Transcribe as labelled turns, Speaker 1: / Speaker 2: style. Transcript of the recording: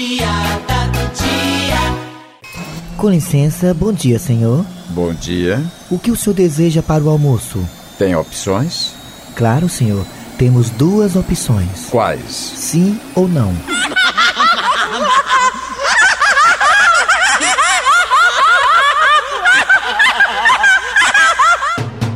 Speaker 1: Piada do dia.
Speaker 2: Com licença, bom dia, senhor.
Speaker 3: Bom dia.
Speaker 2: O que o senhor deseja para o almoço?
Speaker 3: Tem opções?
Speaker 2: Claro, senhor. Temos duas opções:
Speaker 3: Quais?
Speaker 2: sim ou não.